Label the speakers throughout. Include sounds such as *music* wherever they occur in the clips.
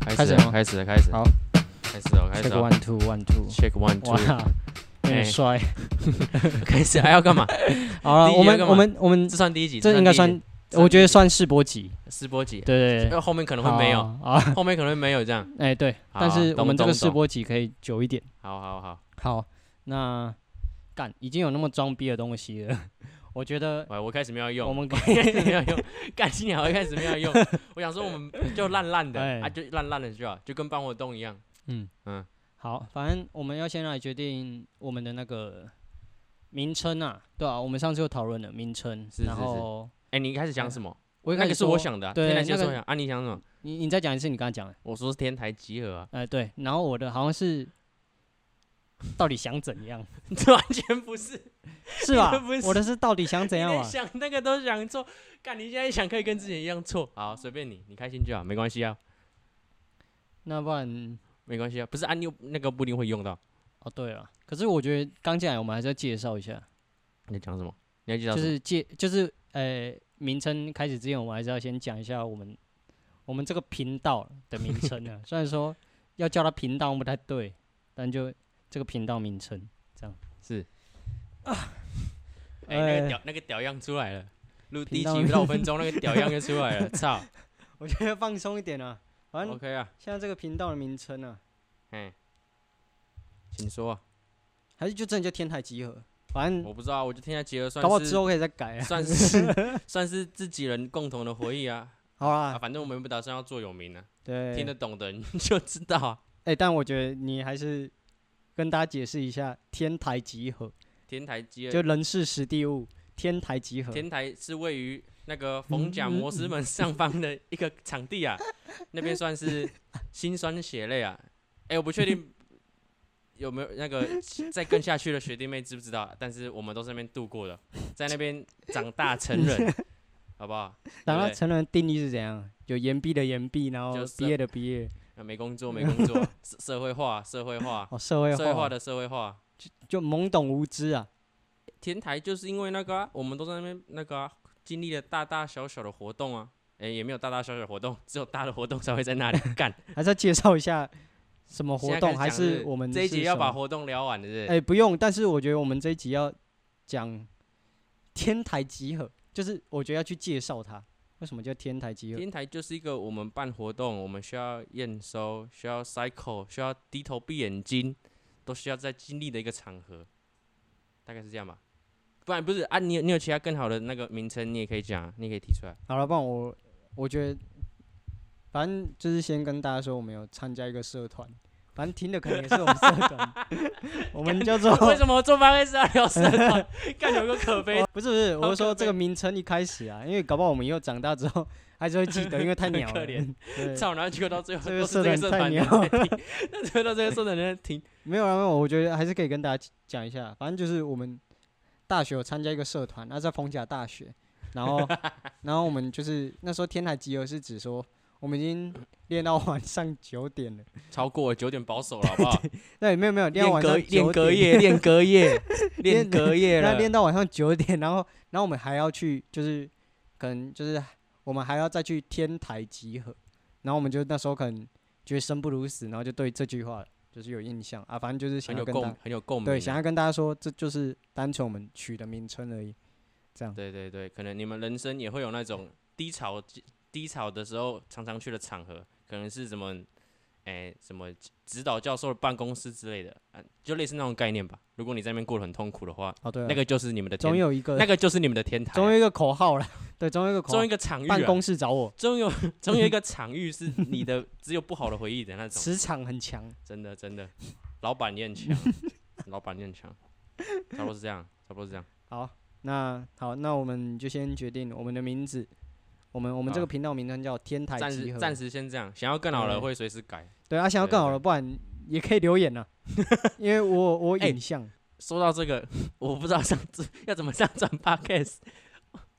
Speaker 1: 开
Speaker 2: 开
Speaker 1: 始
Speaker 2: 始
Speaker 1: 了吗
Speaker 2: 了，开始了，开始了，
Speaker 1: 好，
Speaker 2: 开始了，开
Speaker 1: check
Speaker 2: 始了
Speaker 1: one two one two，
Speaker 2: ，check one two，
Speaker 1: 哇，有点
Speaker 2: 哎
Speaker 1: 帅。
Speaker 2: *laughs* 开始还要干嘛？
Speaker 1: 好了，
Speaker 2: 第一
Speaker 1: 我
Speaker 2: 集要
Speaker 1: 们
Speaker 2: 干
Speaker 1: 我
Speaker 2: 嘛
Speaker 1: 们我们
Speaker 2: 这算第一集，
Speaker 1: 这应该算，
Speaker 2: 第一集
Speaker 1: 我觉得算试播集，
Speaker 2: 试播集，
Speaker 1: 对对
Speaker 2: 呃
Speaker 1: 对，
Speaker 2: 后面可能会没有，
Speaker 1: 好啊，
Speaker 2: 后面可能会没有这样。
Speaker 1: 哎对，
Speaker 2: 好
Speaker 1: 但是
Speaker 2: 懂
Speaker 1: 我们这个
Speaker 2: 懂
Speaker 1: 试播集可以久一点。
Speaker 2: 好好好，
Speaker 1: 好，那干已经有那么装逼的东西了，我觉得
Speaker 2: *laughs* 喂，我开始没有用，
Speaker 1: 我们可
Speaker 2: 开
Speaker 1: 以
Speaker 2: 始没有用，干今年好像开始没有用。我想说我们就烂烂的
Speaker 1: 哎
Speaker 2: 啊，就烂烂的就好，就跟搬活动一样。
Speaker 1: 嗯
Speaker 2: 嗯，
Speaker 1: 好，反正我们要先来决定我们的那个名称啊，对啊，我们上次有讨论了名称，
Speaker 2: 是
Speaker 1: 然
Speaker 2: 是是
Speaker 1: 后
Speaker 2: 哎，你一开始想什么？
Speaker 1: 我一
Speaker 2: 那
Speaker 1: 开
Speaker 2: 个
Speaker 1: 始
Speaker 2: 是我
Speaker 1: 说，
Speaker 2: 想的啊，
Speaker 1: 哎对
Speaker 2: 天台集合是
Speaker 1: 那
Speaker 2: 我
Speaker 1: 个
Speaker 2: 想啊，你想什么？
Speaker 1: 你你再讲一次你刚才讲的，
Speaker 2: 我说是天台集合啊， *laughs*
Speaker 1: 哎对，然后我的好像是到底想怎 *laughs* 样，
Speaker 2: 这完全不是。
Speaker 1: *laughs* 是吧
Speaker 2: 你的不？
Speaker 1: 我的是到底想怎
Speaker 2: 你
Speaker 1: 样
Speaker 2: 连
Speaker 1: 嘛？
Speaker 2: 想那个都想错，干你现在想可以跟之前一样错，好随便你，你开心就好，没关系啊，
Speaker 1: 那不然
Speaker 2: 没关系啊，不是按钮那个不一定会用到。
Speaker 1: 哦对了，可是我觉得刚进来我们还是要介绍一下，
Speaker 2: 你在讲什么？你要介绍
Speaker 1: 就
Speaker 2: 什么？
Speaker 1: 是介就是呃名称开始之前，我们还是要先讲一下我们我们这个频道的名称 *laughs* 啊。虽然说要叫它频道不太对，但就这个频道名称这样。
Speaker 2: 是
Speaker 1: 啊
Speaker 2: 哎、那个
Speaker 1: 呃
Speaker 2: 屌那个屌样出来了，录第
Speaker 1: 频
Speaker 2: 一
Speaker 1: 道
Speaker 2: 集不到五分钟，那个屌样就出
Speaker 1: *laughs*
Speaker 2: 来了，操
Speaker 1: *laughs* 我觉得放松一点啊。反正
Speaker 2: ，OK 啊，
Speaker 1: 现在这个频道的名称啊，
Speaker 2: 哎，请说、啊，
Speaker 1: 还是就真的叫天台集合。反正
Speaker 2: 我不知道啊，我就听下结合算
Speaker 1: 搞不好之
Speaker 2: 是
Speaker 1: 后可以再改
Speaker 2: *laughs*
Speaker 1: 啊。*laughs*
Speaker 2: 算是算是自己人共同的回忆啊，
Speaker 1: 好
Speaker 2: 啊，
Speaker 1: 啦，
Speaker 2: 反正我们不打算要做有名的、
Speaker 1: 对，
Speaker 2: 听得懂的人 *laughs* 就知道啊，
Speaker 1: 哎、但我觉得你还是跟大家解释一下天台集合，
Speaker 2: 天台集合
Speaker 1: 就人事实地物，天台集 *laughs* 合。
Speaker 2: 天台是位于那个逢甲摩斯门上方的一个场地
Speaker 1: *laughs*
Speaker 2: 啊，那边算是心酸血泪啊。哎、我不确
Speaker 1: *laughs*
Speaker 2: 定有没有那个再更下去的学弟妹知不知道，啊但是我们都是那边度过的，在那边长大成
Speaker 1: *laughs*
Speaker 2: 人，好不好？
Speaker 1: 然后
Speaker 2: 对
Speaker 1: 成人定义是怎样？有岩壁的岩壁，然后
Speaker 2: 就是
Speaker 1: 毕业的毕业，
Speaker 2: 啊没工作，没工作， *laughs* 社社会化，社会化，
Speaker 1: 哦，社会
Speaker 2: 社会
Speaker 1: 化
Speaker 2: 化的社会化。
Speaker 1: 就懵懂无知啊。
Speaker 2: 天台就是因为那个啊、我们都在那边那个啊、经历了大大小小的活动啊，哎、也没有大大小小的活动，只有大的活动才会在那里干。
Speaker 1: 还是要介绍一下什么活
Speaker 2: 现在
Speaker 1: 动，
Speaker 2: 开
Speaker 1: 还
Speaker 2: 始讲
Speaker 1: 是我们
Speaker 2: 这一
Speaker 1: 是
Speaker 2: 集要
Speaker 1: 什
Speaker 2: 把
Speaker 1: 么
Speaker 2: 活动聊完，是不是？
Speaker 1: 哎、不用，但是我觉得我们这一集要讲天台集合，就是我觉得要去介绍它，为什么叫天台集合？
Speaker 2: 天台就是一个我们办活动，我们需要验收，需要 cycle，需要低头闭眼睛，都需要在经历的一个场合，大概是这样吧。不然不是啊，你有你有其他更好的那个名称，你也可以讲啊，你也可以提出来。 *laughs*
Speaker 1: 好了，不然我我觉得，反正就是先跟大家说，我们有参加一个社团，反正听的可能也是我们社团， *laughs* 我们叫做
Speaker 2: 为什么做 p o d 要聊社团？ *laughs* 干有个可悲
Speaker 1: 哦，不是不是，
Speaker 2: 好
Speaker 1: 我是说
Speaker 2: 可
Speaker 1: 这个名称一开始啊，因为搞不好我们以后长大之后还是会记得，因为太
Speaker 2: 很
Speaker 1: 鸟了。
Speaker 2: 可怜 *laughs*
Speaker 1: 对，
Speaker 2: 操，然后结果到最后
Speaker 1: 这个
Speaker 2: 都是这个社
Speaker 1: 社
Speaker 2: 团
Speaker 1: 团
Speaker 2: 的
Speaker 1: 太
Speaker 2: 在听，那最后到这个社团的人在听。
Speaker 1: 没有啊，没有，我觉得还是可以跟大家讲一下，反正就是我们大学有参加一个社团，那在逢甲大学，然后然后我们就是那时候天台集合是指说我们已经练到晚上九点了，
Speaker 2: 超过九点保守了，好
Speaker 1: *laughs*
Speaker 2: 不好？
Speaker 1: 对，没有没有，练到
Speaker 2: 练
Speaker 1: 晚
Speaker 2: 隔
Speaker 1: 上
Speaker 2: 练
Speaker 1: 9
Speaker 2: 隔
Speaker 1: 点，
Speaker 2: 夜，练隔夜，练
Speaker 1: 练
Speaker 2: 隔夜
Speaker 1: *laughs* 那
Speaker 2: 了。
Speaker 1: 练到晚上九点，然后然后我们还要去就是可能就是我们还要再去天台集合，然后我们就那时候可能觉得生不如死，然后就对这句话就是有印象啊，反正就是
Speaker 2: 很
Speaker 1: 想要
Speaker 2: 有
Speaker 1: 跟大
Speaker 2: 共很有共鸣啊。
Speaker 1: 对，想要跟大家说，这就是单纯我们取的名称而已。这样，
Speaker 2: 对对对，可能你们人生也会有那种低潮低潮的时候常常去的场合，可能是什么哎、什么指导教授的办公室之类的，啊，就类似那种概念吧。如果你在那边过得很痛苦的话，
Speaker 1: 哦对啊， *laughs*
Speaker 2: 那个就是你们的
Speaker 1: 总
Speaker 2: 天，
Speaker 1: 有一个，
Speaker 2: 那个就是你们的天台
Speaker 1: 总
Speaker 2: 啊，
Speaker 1: 有一个口号了， *laughs* 对，总有一个口
Speaker 2: 总
Speaker 1: 号
Speaker 2: 有一，个场域、
Speaker 1: 办
Speaker 2: 啊，
Speaker 1: 公室找我，
Speaker 2: 总有总有一个场域是你的只有不好的回忆的那种，
Speaker 1: 磁场很强。
Speaker 2: 真的真的，老板也很强，老板也很强，差不多是这样，差不多是这样。
Speaker 1: 好，那好，那我们就先决定我们的名字。我们我们这
Speaker 2: 好
Speaker 1: 个频道名称叫天台
Speaker 2: 暂
Speaker 1: 集合
Speaker 2: 时，暂时先这样，想要更好的
Speaker 1: 对
Speaker 2: 会随时改。
Speaker 1: 对啊，想要
Speaker 2: 对
Speaker 1: 更好
Speaker 2: 对
Speaker 1: 的，不然也可以留
Speaker 2: *laughs*
Speaker 1: 言呐、因为我我
Speaker 2: 哎
Speaker 1: 影像，
Speaker 2: 说到这个，我不知道上要怎么上传 podcast。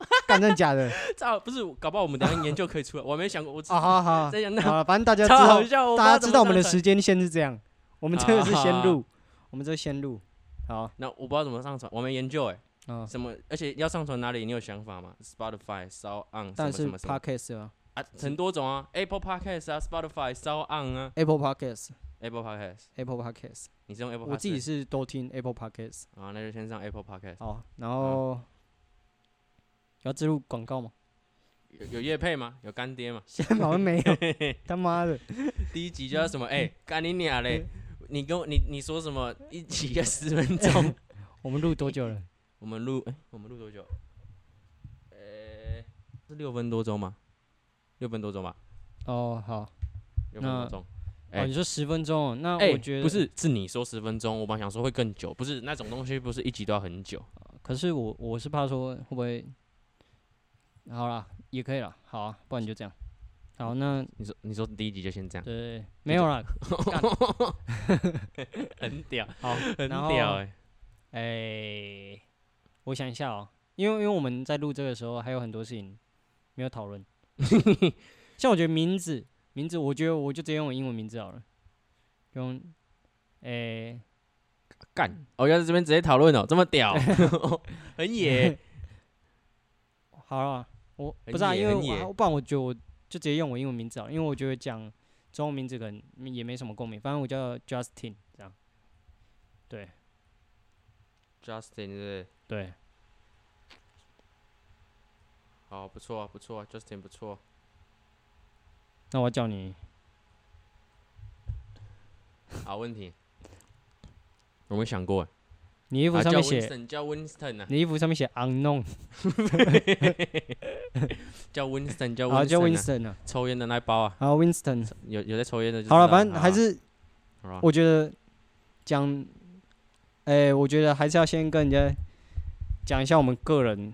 Speaker 2: *laughs*
Speaker 1: 干、真的假的？
Speaker 2: 照不是，搞不好我们等一下研究可以出来。我没想过，我只
Speaker 1: 啊好好
Speaker 2: 在想
Speaker 1: 好
Speaker 2: 那
Speaker 1: 了，反正大家知
Speaker 2: 超
Speaker 1: 道
Speaker 2: 好，笑。不
Speaker 1: 大家
Speaker 2: 知
Speaker 1: 知
Speaker 2: 道怎么
Speaker 1: 道我们的
Speaker 2: 上传。
Speaker 1: 时间线是这样，我们这个是
Speaker 2: 啊
Speaker 1: 先录，我们这个先录，好，
Speaker 2: 那我不知道怎么上传，我没研究哎，
Speaker 1: 嗯，
Speaker 2: 什么？而且要上传哪里？你有想法吗？Spotify、s o u n
Speaker 1: 但
Speaker 2: 什
Speaker 1: 是
Speaker 2: 么什么
Speaker 1: podcast 啊，
Speaker 2: 啊，很多种啊，Apple Podcast 啊，Spotify、s o On 啊
Speaker 1: Apple Podcast、
Speaker 2: ，Apple Podcast，
Speaker 1: Apple Podcast，
Speaker 2: 你是用 Apple Podcast？
Speaker 1: 我自己是都听 Apple Podcast。
Speaker 2: 啊，那就先上 Apple Podcast。
Speaker 1: 好，然后要植入广告吗？
Speaker 2: 有有叶配吗？有干爹吗？
Speaker 1: 现在好像没有， *laughs* 他妈的，
Speaker 2: 第一集就要
Speaker 1: 嗯
Speaker 2: 什么？哎、干你俩嘞！你跟我你你说什么？一集要十分
Speaker 1: 嗯
Speaker 2: 钟。
Speaker 1: 我们录多久 *laughs* 了？
Speaker 2: 我们录哎、我们录多久？呃、是六分多钟吗？六分多钟吧，
Speaker 1: 哦，好，
Speaker 2: 六分多
Speaker 1: 那
Speaker 2: 钟。
Speaker 1: 哦，
Speaker 2: 哎
Speaker 1: 你说十分钟哦，那
Speaker 2: 哎、
Speaker 1: 我觉得
Speaker 2: 不，是，是你说十分钟，我本来想说会更久，不是那种东西，不是一集都要很久。
Speaker 1: 可是我我是怕说会不会，好啦，也可以啦，好啊，不然就这样。好，那
Speaker 2: 你说你说第一集就先这样，
Speaker 1: 对，没有啦，
Speaker 2: 很屌，
Speaker 1: 好，
Speaker 2: 很
Speaker 1: 然后
Speaker 2: 屌哎、
Speaker 1: 哎、我想一下哦、因为因为我们在录这个时候还有很多事情没有讨论， *laughs* 像我觉得名字名字，我觉得我就直接用我英文名字好了，用哎、
Speaker 2: 干！哦，要在这边直接讨论哦，这么
Speaker 1: *laughs*
Speaker 2: 屌，很野。
Speaker 1: 好了，我
Speaker 2: 很
Speaker 1: 不是啊，
Speaker 2: 野
Speaker 1: 因为
Speaker 2: 很野
Speaker 1: 我不然我觉得我就直接用我英文名字好了，因为我觉得讲中文名字可能也没什么共鸣，反正我叫 Justin 这样，
Speaker 2: Justin 是不是
Speaker 1: 对，
Speaker 2: 好，不错啊，不错啊，Justin 不错。
Speaker 1: 那我要叫你
Speaker 2: 好问题，我没想过哎。
Speaker 1: 你衣服
Speaker 2: 啊
Speaker 1: 上
Speaker 2: 叫
Speaker 1: 面写、
Speaker 2: Winston，叫 Winston 啊，
Speaker 1: 你衣服上面写 unknown，
Speaker 2: 叫 Winston，叫 Winston，
Speaker 1: 好
Speaker 2: 啊
Speaker 1: 叫 Winston 啊，
Speaker 2: 抽烟的那一包啊，
Speaker 1: 好 Winston，
Speaker 2: 有有在抽烟的就知道。
Speaker 1: 好了，反正还
Speaker 2: 好啊
Speaker 1: 是
Speaker 2: 好啊
Speaker 1: 我觉得讲，哎、我觉得还是要先跟人家讲一下我们个人，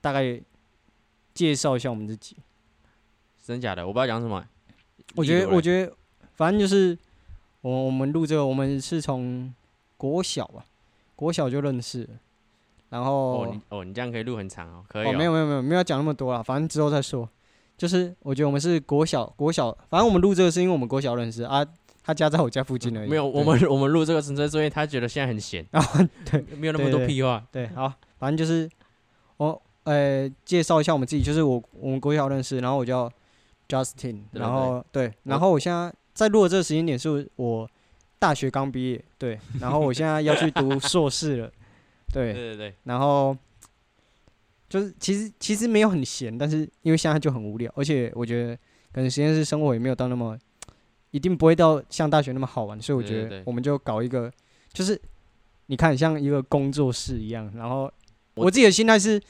Speaker 1: 大概介绍一下我们自己。
Speaker 2: 真假的，我不知道讲什么欸。
Speaker 1: 我
Speaker 2: 例
Speaker 1: 觉
Speaker 2: 如
Speaker 1: 得，
Speaker 2: 嘞
Speaker 1: 我觉得，反正就是我我们录这个，我们是从国小吧，国小就认识了，然后
Speaker 2: 哦，你哦，你这样可以录很长哦，可以
Speaker 1: 哦，没有没有没有没有要讲那么多啦，反正之后再说。就是我觉得我们是国小国小，反正我们录这个是因为我们国小认识啊，他家在我家附近而已。
Speaker 2: 没有，我
Speaker 1: 对
Speaker 2: 们
Speaker 1: *laughs*
Speaker 2: 我们录这个纯粹是因为他觉得现在很闲，
Speaker 1: 啊，对， *laughs*
Speaker 2: 没有那么多
Speaker 1: 对对
Speaker 2: 屁话。
Speaker 1: 对，好，反正就是我呃介绍一下我们自己，就是我我们国小认识，然后我叫 Justin，
Speaker 2: 对
Speaker 1: 然后对，然后我现在在录的这个时间点是我大学刚毕业，对，然后我现在要去读硕士了，
Speaker 2: 对
Speaker 1: 对，
Speaker 2: 对对，
Speaker 1: 然后就是其实其实没有很闲，但是因为现在就很无聊，而且我觉得可能实验室生活也没有到那么。一定不会到像大学那么好玩，所以我
Speaker 2: 对
Speaker 1: 觉
Speaker 2: 对
Speaker 1: 得
Speaker 2: 对
Speaker 1: 我们就搞一个，就是你看像一个工作室一样，然后
Speaker 2: 我
Speaker 1: 我自己的心态是，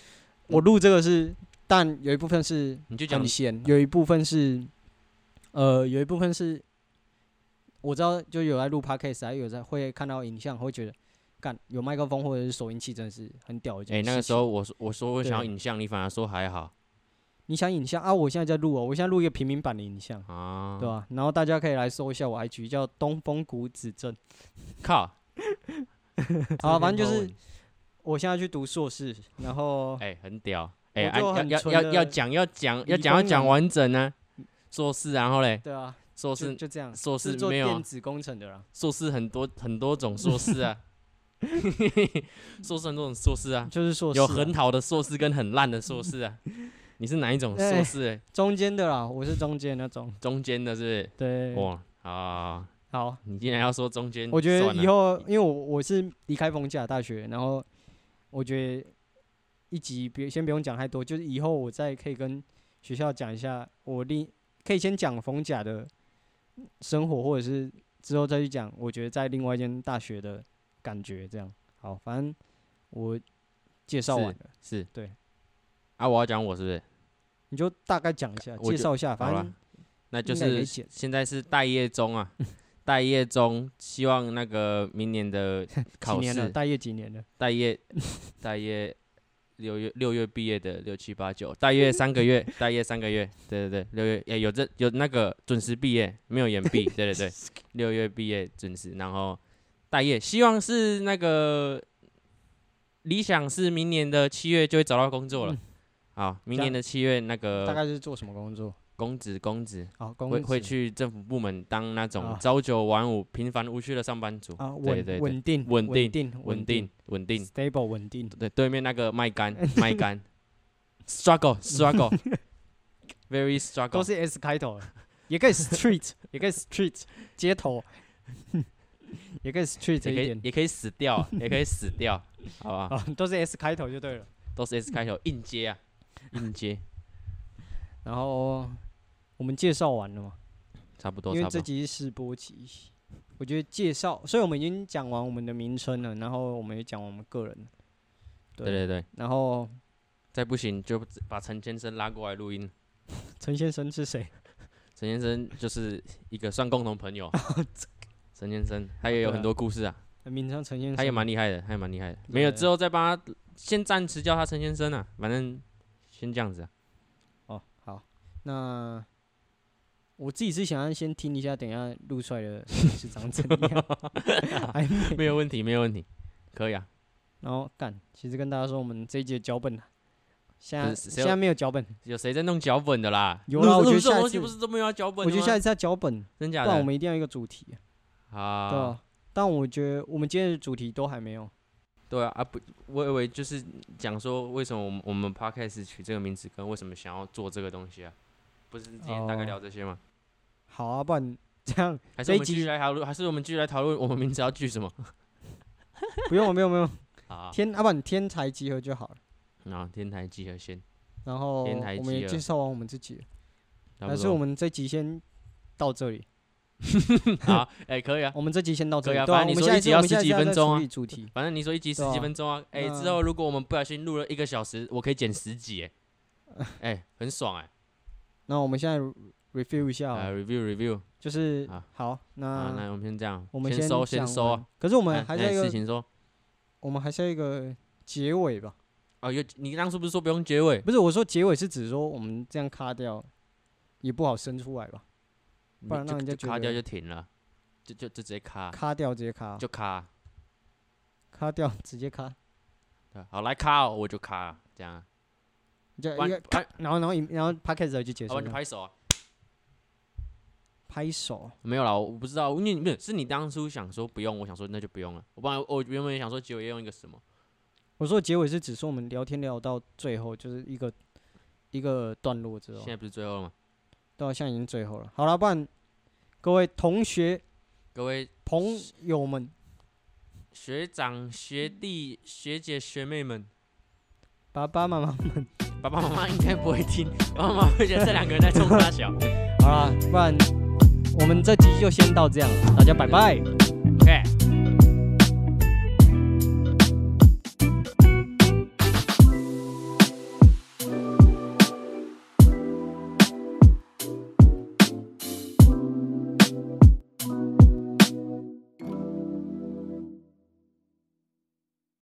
Speaker 1: 我录这个是，但有一部分是
Speaker 2: 你就讲
Speaker 1: 很闲，有一部分是，呃，有一部分是，我知道就有在录 podcast，还有啊在会看到影像，会觉得，干有麦克风或者是收音器，真的是很屌的一件
Speaker 2: 哎，那个时
Speaker 1: 事情
Speaker 2: 候我说我说我想要
Speaker 1: 对
Speaker 2: 影像，你反而说还好
Speaker 1: 你想影像啊，我现在在录哦，我现在录一个平民版的影像，
Speaker 2: 啊
Speaker 1: 对。吧、然后大家可以来搜一下我 IG 叫东风谷
Speaker 2: *laughs*
Speaker 1: 子正，
Speaker 2: 靠，
Speaker 1: 好，
Speaker 2: 这篇
Speaker 1: 反正就
Speaker 2: 发
Speaker 1: 是
Speaker 2: 文
Speaker 1: 我现在去读硕士，
Speaker 2: *laughs*
Speaker 1: 然后
Speaker 2: 哎，很屌。哎，
Speaker 1: 哦我
Speaker 2: 啊要
Speaker 1: 就很
Speaker 2: 要
Speaker 1: 纯
Speaker 2: 要
Speaker 1: 的
Speaker 2: 要讲要讲要
Speaker 1: 理
Speaker 2: 讲要
Speaker 1: 工
Speaker 2: 讲
Speaker 1: 男
Speaker 2: 完整呢，硕士，然后嘞，
Speaker 1: 对啊，
Speaker 2: 硕
Speaker 1: 就
Speaker 2: 士
Speaker 1: 就这样，
Speaker 2: 硕
Speaker 1: 是
Speaker 2: 士
Speaker 1: 做
Speaker 2: 没有啊
Speaker 1: 电子工程的啦。
Speaker 2: 硕士很多很多
Speaker 1: *laughs*
Speaker 2: 种硕士啊，硕士很多种硕士啊，
Speaker 1: 就是硕士啊、
Speaker 2: 有很好的硕士跟很烂的硕士
Speaker 1: *laughs*
Speaker 2: 啊。你是哪一种硕
Speaker 1: 哎
Speaker 2: 士、欸？
Speaker 1: 中间的啦，我是中间那种。
Speaker 2: 中间的是不
Speaker 1: 对
Speaker 2: 是？，哇啊！
Speaker 1: 好，
Speaker 2: 你竟然要说中间，
Speaker 1: 我觉得
Speaker 2: 算了
Speaker 1: 以后，因为我我是离开逢甲大学，然后我觉得一集别先不用讲太多，就是以后我再可以跟学校讲一下，我另可以先讲逢甲的生活，或者是之后再去讲，我觉得在另外一间大学的感觉这样。好，反正我介绍完了，
Speaker 2: 是
Speaker 1: 对
Speaker 2: 啊，我要讲我是不是？
Speaker 1: 你就大概讲一下，
Speaker 2: 我
Speaker 1: 介
Speaker 2: 就
Speaker 1: 绍一下，
Speaker 2: 好
Speaker 1: 反
Speaker 2: 了
Speaker 1: 正
Speaker 2: 那就
Speaker 1: 应该也可
Speaker 2: 是
Speaker 1: 以剪
Speaker 2: 现在是待业中
Speaker 1: *laughs*
Speaker 2: 啊，待业中，希望那个明年
Speaker 1: *laughs*
Speaker 2: 的
Speaker 1: 几
Speaker 2: 考
Speaker 1: 年了，
Speaker 2: 试，
Speaker 1: 大业几年了，
Speaker 2: 待业 *laughs* 待业六月六月毕业的六七八九，待业三个
Speaker 1: *laughs*
Speaker 2: 月，待业三个月，对对对，六月也有这有那个准时毕业，没有延
Speaker 1: *laughs*
Speaker 2: 毕，对对对，六月毕业准时，然后待业，希望是那个理想是明年的七月就会找到工作了。
Speaker 1: 嗯
Speaker 2: 好，明
Speaker 1: 这
Speaker 2: 年
Speaker 1: 样
Speaker 2: 的七月那
Speaker 1: 大
Speaker 2: 个
Speaker 1: 概是做什么工作？
Speaker 2: 公职公职
Speaker 1: 好，公
Speaker 2: 呃会会
Speaker 1: 职
Speaker 2: 去政府部门当那种
Speaker 1: 啊
Speaker 2: 朝九晚五、平凡无趣的上班族，
Speaker 1: 啊，
Speaker 2: 对
Speaker 1: 稳
Speaker 2: 对对，
Speaker 1: 稳定
Speaker 2: 稳定
Speaker 1: 定
Speaker 2: 稳定稳定
Speaker 1: stable 稳定。 *laughs*
Speaker 2: 对，对面那个卖干卖干，struggle struggle， *laughs* very
Speaker 1: 都
Speaker 2: struggle。
Speaker 1: 是 S 开头的， *laughs* 也可
Speaker 2: *laughs*
Speaker 1: 以 street，也可以 street 街头， *laughs* 也可以 street 这
Speaker 2: 也
Speaker 1: 一
Speaker 2: 可以
Speaker 1: 点，
Speaker 2: 也可以死掉啊，也可以死掉，好吧？
Speaker 1: *laughs* 啊，都是 S 开头就对了。
Speaker 2: 都是 S 开头，硬接啊，硬接，
Speaker 1: 然后我们介绍完了嘛，
Speaker 2: 差不多，
Speaker 1: 因
Speaker 2: 差不
Speaker 1: 为这
Speaker 2: 多。
Speaker 1: 集是试播集，我觉得介绍，所以我们已经讲完我们的名称了，然后我们也讲完我们个人了，
Speaker 2: 对对对，
Speaker 1: 然后
Speaker 2: 再不行就把陈先生拉过来录音。
Speaker 1: 陈先生是谁？ *laughs*
Speaker 2: 陈先生就是一个算共同朋
Speaker 1: *laughs*
Speaker 2: 友，陈先生他也有
Speaker 1: 对啊
Speaker 2: 很多故事啊，
Speaker 1: 名称陈先生，
Speaker 2: 他也蛮厉害的，他也蛮厉害的。没有
Speaker 1: 对
Speaker 2: 之后再帮他，先暂时叫他陈先生啊，反正先这样
Speaker 1: *laughs*
Speaker 2: 子啊。
Speaker 1: 哦，好，那我自己是想要先听一下，等一下录出来的是长怎样，还没。
Speaker 2: 没有问题，没有问题，可以啊。
Speaker 1: 然后干，其实跟大家说，我们这一节脚本啊，现在
Speaker 2: 不是谁
Speaker 1: 现
Speaker 2: 有
Speaker 1: 在没有脚本，
Speaker 2: 有谁在弄脚本的啦？
Speaker 1: 有
Speaker 2: 录
Speaker 1: 啦我觉
Speaker 2: 录
Speaker 1: 得
Speaker 2: 这种
Speaker 1: 下
Speaker 2: 东西
Speaker 1: 次
Speaker 2: 不是都没有要脚本的
Speaker 1: 我觉得
Speaker 2: 吗
Speaker 1: 下一次要脚本，
Speaker 2: 真
Speaker 1: 不
Speaker 2: 假
Speaker 1: 然我
Speaker 2: 的？
Speaker 1: 们一定要一个主题啊，对
Speaker 2: 啊，
Speaker 1: 啊。但我觉得我们今天的主题都还没有，
Speaker 2: 对啊，啊不，我以为就是讲说为什么我们我们 podcast 取这个名字，跟为什么想要做这个东西啊？不是之前大概
Speaker 1: 哦
Speaker 2: 聊这些吗？
Speaker 1: 好啊，不然这样 *laughs*
Speaker 2: 还是
Speaker 1: 这
Speaker 2: 我
Speaker 1: 一
Speaker 2: 们继续
Speaker 1: 集
Speaker 2: 来讨论？还是我们继续来讨论我们名字要取什
Speaker 1: *laughs*
Speaker 2: 么？
Speaker 1: 不用不用
Speaker 2: *laughs*
Speaker 1: 不用，
Speaker 2: 啊
Speaker 1: 天，要不然天才集合就好了。
Speaker 2: 啊，天台集合先，
Speaker 1: 然后
Speaker 2: 天才
Speaker 1: 我们
Speaker 2: 集
Speaker 1: 也
Speaker 2: 合
Speaker 1: 介绍完我们自己了，
Speaker 2: 差
Speaker 1: 还
Speaker 2: 不
Speaker 1: 是
Speaker 2: 多
Speaker 1: 我们这集先到这里。
Speaker 2: 好，哎，可以啊，
Speaker 1: 我们这集先到这
Speaker 2: 可以
Speaker 1: 里，
Speaker 2: 啊
Speaker 1: 对啊，
Speaker 2: 反正你
Speaker 1: 我们
Speaker 2: 说
Speaker 1: 下
Speaker 2: 一集
Speaker 1: 次
Speaker 2: 要
Speaker 1: 我们
Speaker 2: 十
Speaker 1: 下
Speaker 2: 几
Speaker 1: 次
Speaker 2: 分
Speaker 1: 再
Speaker 2: 钟
Speaker 1: 处
Speaker 2: 啊
Speaker 1: 理
Speaker 2: *laughs*
Speaker 1: 主题，
Speaker 2: 反正你说一集十
Speaker 1: 对
Speaker 2: 几
Speaker 1: 啊
Speaker 2: 分钟啊，哎，之
Speaker 1: 那
Speaker 2: 后如果我们不小心录了一个小时，我可以剪十集，
Speaker 1: *laughs*
Speaker 2: 哎，哎，很爽哎，
Speaker 1: 那我们现在 review 一下好
Speaker 2: 啊
Speaker 1: 了，
Speaker 2: ，review review，
Speaker 1: 就是
Speaker 2: 啊
Speaker 1: 好，
Speaker 2: 啊，那
Speaker 1: 那
Speaker 2: 我们先这样，
Speaker 1: 嗯我们
Speaker 2: 先收先
Speaker 1: 先
Speaker 2: 收啊，。
Speaker 1: 可是我
Speaker 2: 我
Speaker 1: 们还在一
Speaker 2: 事
Speaker 1: 个，
Speaker 2: 情说，
Speaker 1: 我们还在一个结尾吧？
Speaker 2: 哦，有你当初不是说不用结尾？
Speaker 1: 不是，我说结尾是指说我们这样卡掉，也不好生出来吧？
Speaker 2: 你
Speaker 1: 不然
Speaker 2: 就
Speaker 1: 让人家
Speaker 2: 就
Speaker 1: 觉
Speaker 2: 卡掉
Speaker 1: 得
Speaker 2: 就停了，就就就直接卡，
Speaker 1: 卡掉直接卡，
Speaker 2: 就卡，
Speaker 1: 卡掉直接卡，
Speaker 2: 对好来卡哦，我就卡，这样啊，
Speaker 1: 就
Speaker 2: 完
Speaker 1: 一个
Speaker 2: 完
Speaker 1: 咔，然后然后然后 p a c k a g e 就结
Speaker 2: 要
Speaker 1: 束
Speaker 2: 不然你
Speaker 1: 了，
Speaker 2: 拍手啊。
Speaker 1: 拍手。
Speaker 2: 没有啦，我不知道，因为不是是你当初想说不用，我想说那就不用了。我本来我原本也想说结尾要用一个什么，
Speaker 1: 我说结尾是指说我们聊天聊到最后就是一个一个段落之后
Speaker 2: 现，在不是最后了吗？
Speaker 1: 到现在已经最后了。好了，不然各位同学
Speaker 2: 各位
Speaker 1: 朋友们，
Speaker 2: 学长、学弟、学姐、学妹们，
Speaker 1: 爸爸妈妈们，
Speaker 2: 爸爸妈妈应该不会听，爸爸妈妈会觉得这两个人在冲大小。
Speaker 1: 好了，不然我们这集就先到这样了，大家拜拜。
Speaker 2: OK。